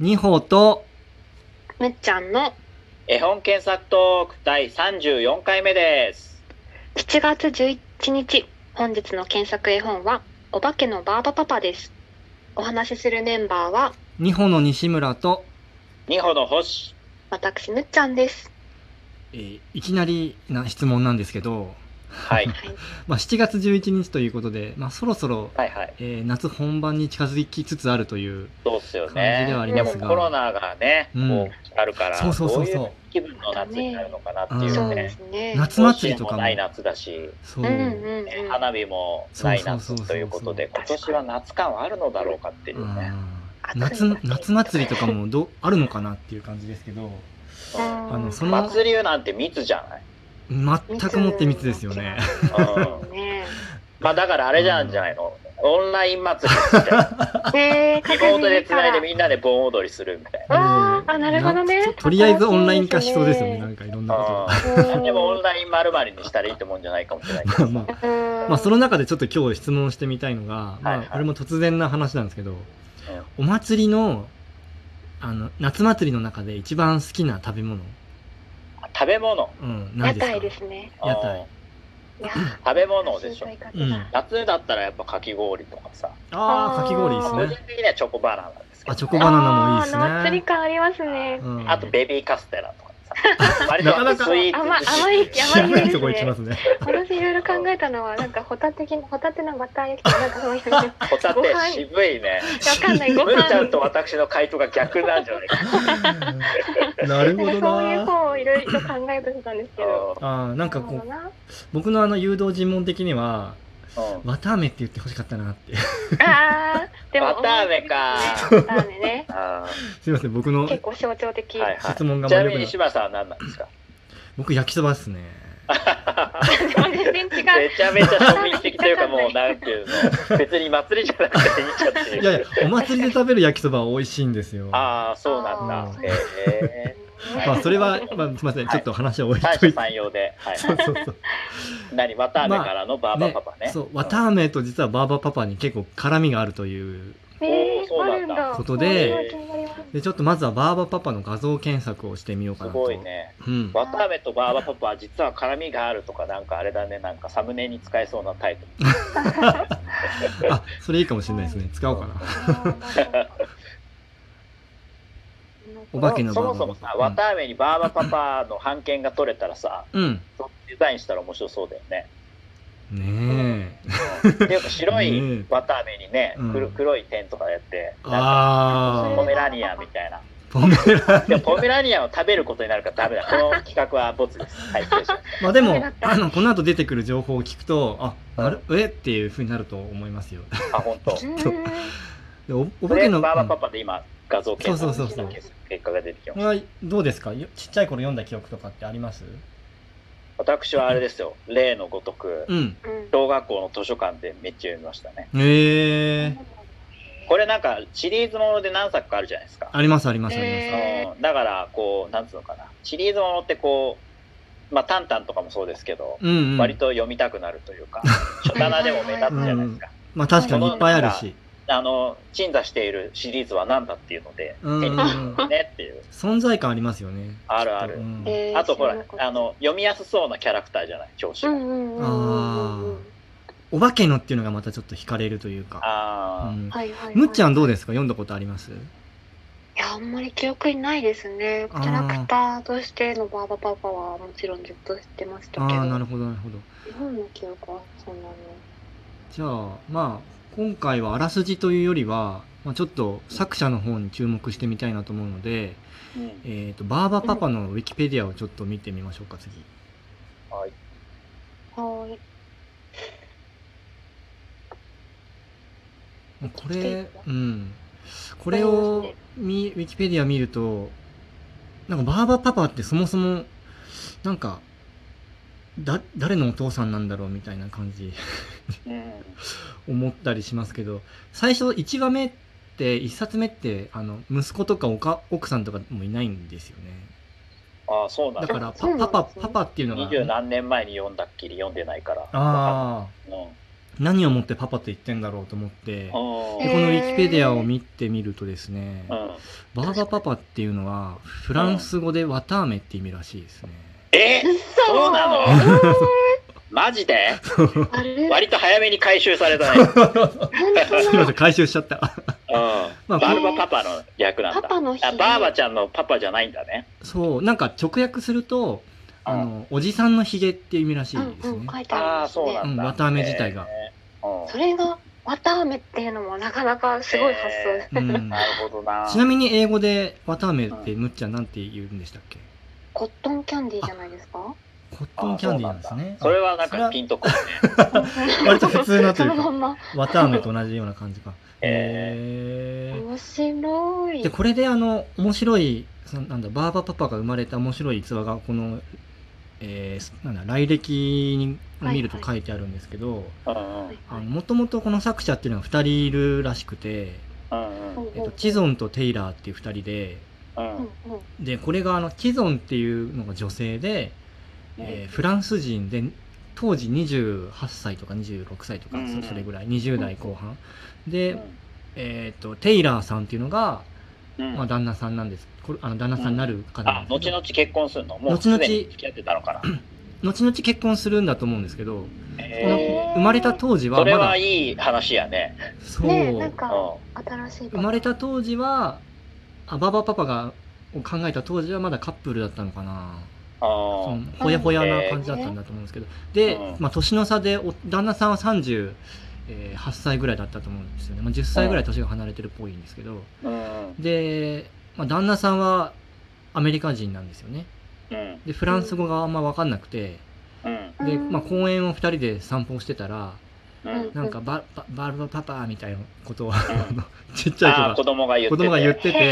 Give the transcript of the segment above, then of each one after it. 二歩と、むっちゃんの絵本検索トーク第34回目です。 7月11日本日の検索絵本はお化けのバーバパパですお話しするメンバーは二歩の西村と、二歩の 星。私むっちゃんですえーいきなりな質問なんですけど、はい。はい、まあ、7月11日ということで、まあ、そろそろ、はいはい。えー夏本番に近づきつつあるという、そうっすよ感ね。じではありますがでもコロナがね、うんこうあるから、そうそうそうそうどういう気分の夏になるのかなっていそううでねす。ね夏祭りとかも甲子園もない夏だし、そう、うんうんねうん花火もないそうそうそうそ夏うということで、今年は夏感はあるのだろうかっていうね。あー夏夏祭りとかもどうあるのかなっていう感じですけど、うんあのその祭りなんて密じゃ ない。全くもって密ですよね。密ねまあだからあれじゃんじゃないの。オンライン祭りみたいな。えー、リ確モートで認繋いでみみんなで盆踊りするみたいあーあなるほどねなとりあえずオンライン化しそうですよね、楽しないんかいろんななこ。うんでもオンライン丸々にしたらいいってもんじゃないかもしれないけとが。ど。まあまあ、うんまあ、その中でちょっと今日質問してみたいのが、まはいはあい、これも突然な話なんですけど、お祭りの、あの、夏祭りの中で一番好きな食べ物、食べ物。うん、屋何ですか台ですね屋台。いや食べ物でしょ心配かけうん。たあ夏だったらやっぱかき氷とかさ、あー、かき氷あ個です人ね。的にはチョコバナナですけど、ね、あチョコバナナもいいですねあー祭り感ありますねうんあとベビーカステラとか さ割なかなとかスイーツ甘甘い知ら甘いないでとすこ行きねますね。私いろいろ考えたのはなんかホタテきホタテのバター焼きとかなんかそう いうわホタごテ飯渋いねかんないごむ ーちゃ飯んと私の回答が逆なんじゃないか なるほなんどかそういうな。方をいろいろ考えてたんですけど。うああ、なんかこそうう、だな僕のあの誘導尋問的には、んうんわたあめって言ってほしかったなって。 あーでもバター飴かバター飴 ねあすいません、僕の結構象徴的、ーはいは質問がいちな迷みうに志か村さんは何なんですか僕焼きそばですね。でも全然違うめちゃめちゃ庶民的というかもうなんていうの別に祭りじゃなくていいじゃんっていういやいや、お祭りで食べる焼きそばは美味しいんですよ。まああそうなんだうんへ えあ、それは、まあ、すいません、はいちょっと話を置い三と者いて。三様で、はい、そうそうそう。何わたあめからのバーバパパね,、そう、わたあめと実はバーバパパに結構絡みがあるという。えおーー、そうあなるんんだだことであー気になりますで、ちょっとまずはバーバパパの画像検索をしてみようかすなと。ごいねうん。わたあめとバーバパパは実は絡みがあるとかなんかあれだねなんかサムネに使えそうなタイトあ、それいいかもしれないですね。使おうかな。お化けルのそバーバパパもそもさわ たあめにバーバパパの版権が取れたらさうん。そっちデザインしたら面白そうだよねねえ。っていうか白うんいわたあめにね、うん黒黒い点とかやってなんかあポメラニアンみたいなー、ポメラ。でもポメラニアンを食べることになるからダメだこの企画はボツですはい失礼しましまあでポメもラっ、てあの、この後出てくる情報を聞くと、あ、なる、えっていう風になると思いますよ。たあ本当うとーんでおおと化りあけえずの、バーバパうんパで今画像検索そうそうそうそう結果が出てきましたはい、どうですかよちっちゃい頃読んだ記憶とかってあります私はあれですよ例のごとくうん。うん小学校の図書館でめっちゃ読みましたねへえ。これなんかシリーズもので何作かあるじゃないですか、ありますありますあります。へーうんだからこうなんつうのかなシリーズものってこうまあ「タンタン」とかもそうですけど、うん、うん。割と読みたくなると いうか書棚でも目立つじゃないですか、まあ確かにいっぱいあるし。あの鎮座しているシリーズは何だっていうのでうん手うんにう取ん。るねって いう 存在感ありますよね。あるあるうんえーあとほ知らなかったあの読みやすそうなキャラクターじゃない調子うが、んうんうんうんうんうんあお化けのっていうのがまたちょっと惹かれるというか。ああ、うんはいはいはいむっちゃんどうですか読んだことありますいや、あんまり記憶にないですね。キあーャラクターとしてのバーバパパはもちろんずっと知ってましたあけど、あ、なるほどなるほど。日本の記憶はそんなに。じゃあ、まあ、今回はあらすじというよりは、まあ、ちょっと作者の方に注目してみたいなと思うので、うんえっ、と、バーバパパのウィキペディアをちょっと見てみましょうか、次。はいはーい。もうこれ、うん。これこれをですねみ、ウィキペディア見ると、なんかバーバパパってそもそも、なんか、だ、誰のお父さんなんだろうみたいな感じ うん思ったりしますけど、最初1話目って、1冊目って、あの、息子とかおか奥さんとかもいないんですよね。ああそうなだんだからそうパ、なんですねパパ、パパっていうの二十が、何年前に読んだっきり読んでないから。ああ、うん何をもってパパと言ってんだろうと思って、でこえうのウィキペディアを見てみるとですね、んうんバーバパパっていうのは、フランス語で綿あめって意味らしい ですね。えそうなのマジであれ割と早めに回収され たね。うん。すみません、回収しちゃった。 まあバルバパパの略なんだ。パパの日あバーバちゃんのパパじゃないんだね。そう、なんか直訳すると、あうんの、おじさんのヒゲっていう意味らしいうんですうねん、。書いてあああ、りますそうなね。んだ。うんわたあめ自体がえー。うんそれが、綿あめっていうのもなかなかすごい発想です。うんなるほどな。ちなみに英語で綿あめってむっちゃんなんて言うんでしたっけコットンキャンディーじゃないですかコットンキャンディーなんですね。それはなんかそれピンとこないね。割と普通なとそいうか、のまんま。綿あめと同じような感じか。へー面白い。で、これであの、面白い、そのなんだ、バーバパパが生まれた面白い逸話が、この、えーなんだ、来歴に見ると書いてあるんですけど、うんうんはいあはのいもともとこの作者っていうのは2人いるらしくて、うんうんえっと、チゾンとテイラーっていう2人でうんうんうんでこれがあのチゾンっていうのが女性で、えーフランス人で当時28歳とか26歳とかうんうんそそれぐらい20代後半うでん、えっとテイラーさんっていうのが、うんまあ、旦那さんなんですこれあの旦那さんになる方なあん、です後けど々結婚するのもうすでに付き合ってたのかな。後々結婚するんだと思うんですけど、へーこの生まれた当時はまそれだはいい話やね。そうねえ、なんか、う新しい。生まれた当時はあババパパがを考えた当時はまだカップルだったのかなそのん。ほやほやな感じだったんだと思うんですけど、で、うんまあ、年の差でお旦那さんは38歳ぐらいだったと思うんですよね、まあ、10歳ぐらい年が離れてるっぽいんですけどうん。うん。で、まあ、旦那さんはアメリカ人なんですよねうん。でフランス語があんま分かんなくてうん。で、まあ、うん公園を2人で散歩をしてたらうん。なんかバババルバパパみたいなことを あんのちっちゃい子あがあ、子供が言って子て。供が言ってて。へ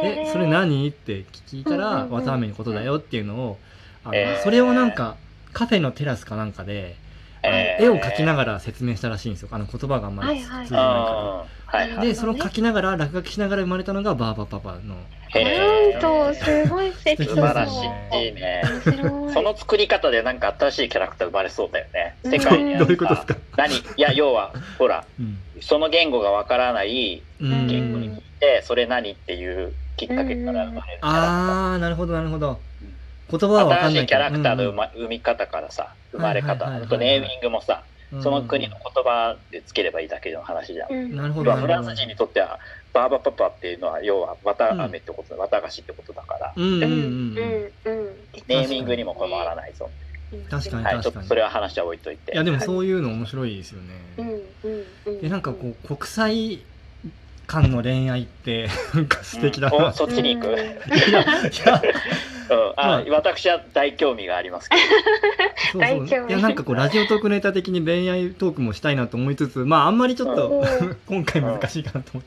えーそれ何って聞いたら、うんうんうんわたあめのことだよっていうのをあの、えーそれをなんかカフェのテラスかなんかで、あのえー絵を描きながら説明したらしいんですよあの言葉があんまり通じないうん。から、はいはい。でその描きながら落書きしながら生まれたのがバーバパパのへなーんと、すごい素敵素素敵晴でらすしねい。いいね。面白い。その作り方でなんか新しいキャラクター生まれそうだよね。うん世界にあるさ どういうことですか何いや、要は、ほら、うん、その言語がわからないうんうん言語に聞いて、それ何っていうきっかけから生まれるキャラクター。あーなるほどなるほど言葉はわかん新しないいキけャどラクターのうん生ま生み方からさ生まれ方はいはいはいはいあとネーミングもさうんその国の言葉でつければいいだけの話じゃん。うんなるほ要どはなフるラほンどス人にとってはバーバパパっていうのは要は綿あめってことだ綿菓子ってことだからうんうんううんんううんんうんネーミングにも困らないぞ。確かにはい、ちょっとそれは話は置いといて。いやでもう。そういうの面白いですよね、うんうんうんでなんかこう国際間の恋愛ってなんか素敵だな、おそっちに行く、う うんん、いやいやあう私は大興味がありますけそう大そ丈う夫いやなんかこうラジオトークネタ的に恋愛トークもしたいなと思いつつまああんまりちょっと今回難しいかなと思っ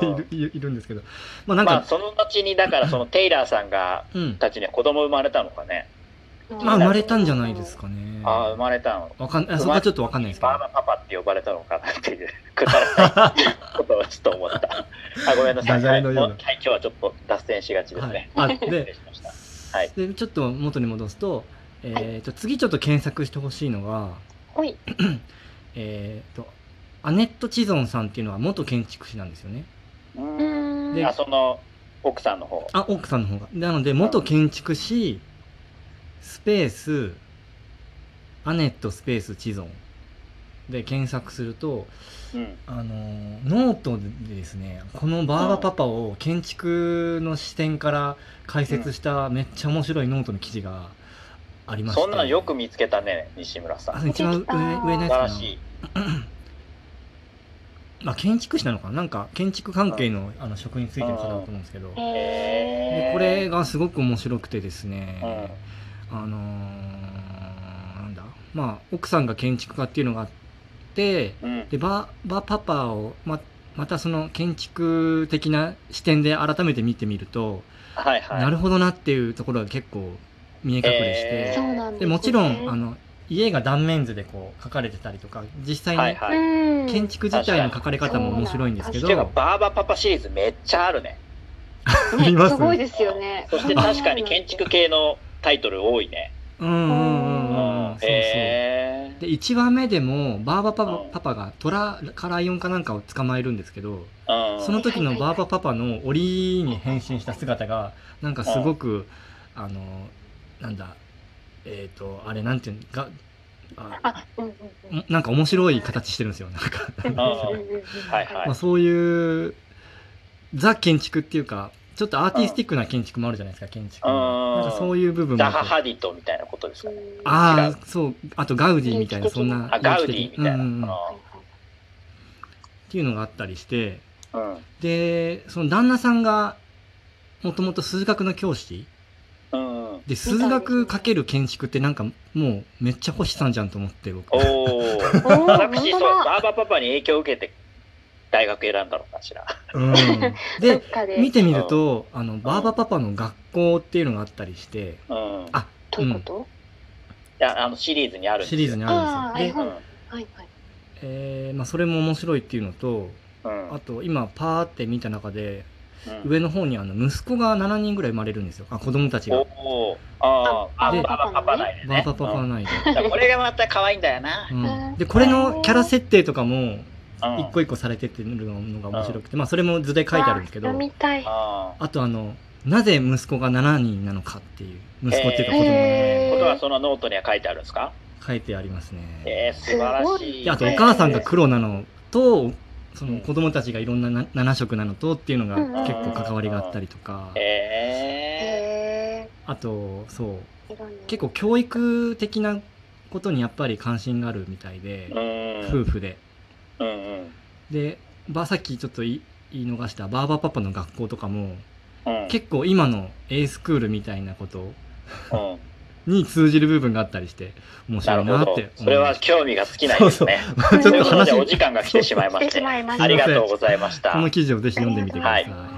ど、うてんいるいるいるんですけどまあなんか、まあその後にだからそのテイラーさんがうんたちには子供生まれたのかね、まあ生まれたんじゃないです。かねああ生まれたのわかんあそこはちょっとわかんないですけバーバパパって呼ばれたのかなって いうくだらないことをちょっと思った。あごめんなさダい。ジャレのようなはい今日はちょっと脱線しがちでどすはいね。あ失礼でしました。はいでちょっと元に戻すと,、えー、と次ちょっと検索してほしいのがほい。えー、とアネット・チゾンさんっていうのは元建築士なんですよねうんであその奥さんの方。あ、奥さんの方が。なので、元建築士、スペース、アネットスペース地存で検索すると、うん。あのーノートでですね、このバーバパパを建築の視点から解説しためっちゃ面白いノートの記事がありまして。そんなのよく見つけたね西村さあん。素一番上、上のやつ晴からな。しい。まあ、建築士なのかななんか、建築関係のあの職員ついてる方だと思うんですけど。へでーこれがすごく面白くてですね、うあのーなんだまあ奥さんが建築家っていうのがあってうん。でババパパをままたその建築的な視点で改めて見てみると、はいはい。なるほどなっていうところが結構見え隠れして、へーそうなんですねでもちろんあの家が断面図でこう描かれてたりとか実際はいにはうい。ん建築自体の描かれ方も面白いんですけど、てかバーバパパシリーズめっちゃあるね。ね見ますすごいですよね。そして確かに建築系のタイトル多いね。うんうんうんうん、そうそうへえ。で1話目でもバーバパパパパが虎かライオンかなんかを捕まえるんですけどうん、その時のバーバパパの檻に変身した姿がなんかすごくあのなんだえっ、とあれなんていうのがああ、うんうんうん。んなんか面白い形してるんですよなんかうんうんうんうんはいはいまあ、そういうザ建築っていうかちょっとアーティスティックな建築もあるじゃないですか建築うんなんかそういう部分もザあってハ・ハディトみたいなことですかね。ああそうあとガウディみたいなそんなあ、ガウディみたいな。うんうんうんっうていうのがあったりしてんでその旦那さんがもともと数学の教師うんうん。で数学かける建築ってなんかもうめっちゃ星さんじゃんと思って僕おお。 おー私、そう、本当だバーバパパに影響を受けて大学選んだのかしら。うん、どっでかで見てみるとあのバーバパパの学校っていうのがあったりしてうん。いあどういうこと、や、あの、シリーズにあるんですシよリーズにあるんですよ。であーはいはいはいはい。えーまあ、それも面白いっていうのとうん。あと今パーって見た中でうん上の方にあの息子が7人ぐらい生まれるんですよあ子供たちがおーあーあでバーバパパないでバねー。パパパないで、うんだからこれがまた可愛いんだよなう。うんん、でこれのキャラ設定とかもうん一個一個されてってるのが面白くて、まあ、それも図で書いてあるんですけど読みたい。ああとあのなぜ息子が7人なのかっていう息子っていうか子供がーねへことはそのノートには書いてあるんですか書いてありますねえー、素晴らしい。であとお母さんが来黒なのとその子供たちがいろんなな7色なのとっていうのが結構関わりがあったりとかへえあとそうー。結構教育的なことにやっぱり関心があるみたいでー。、うん。夫婦で。うんうんでばさっきちょっと言い言い逃したバーバパパの学校とかもうん。結構今の A スクールみたいなこと構。に通じる部分があったりして面な白るいなほっどて。それは興味が尽きないですね。 ちょっとということ話でお時間が来てしまいましして。してまいまたありがとうございましたこ。の記事をぜひ読んでみてください。はい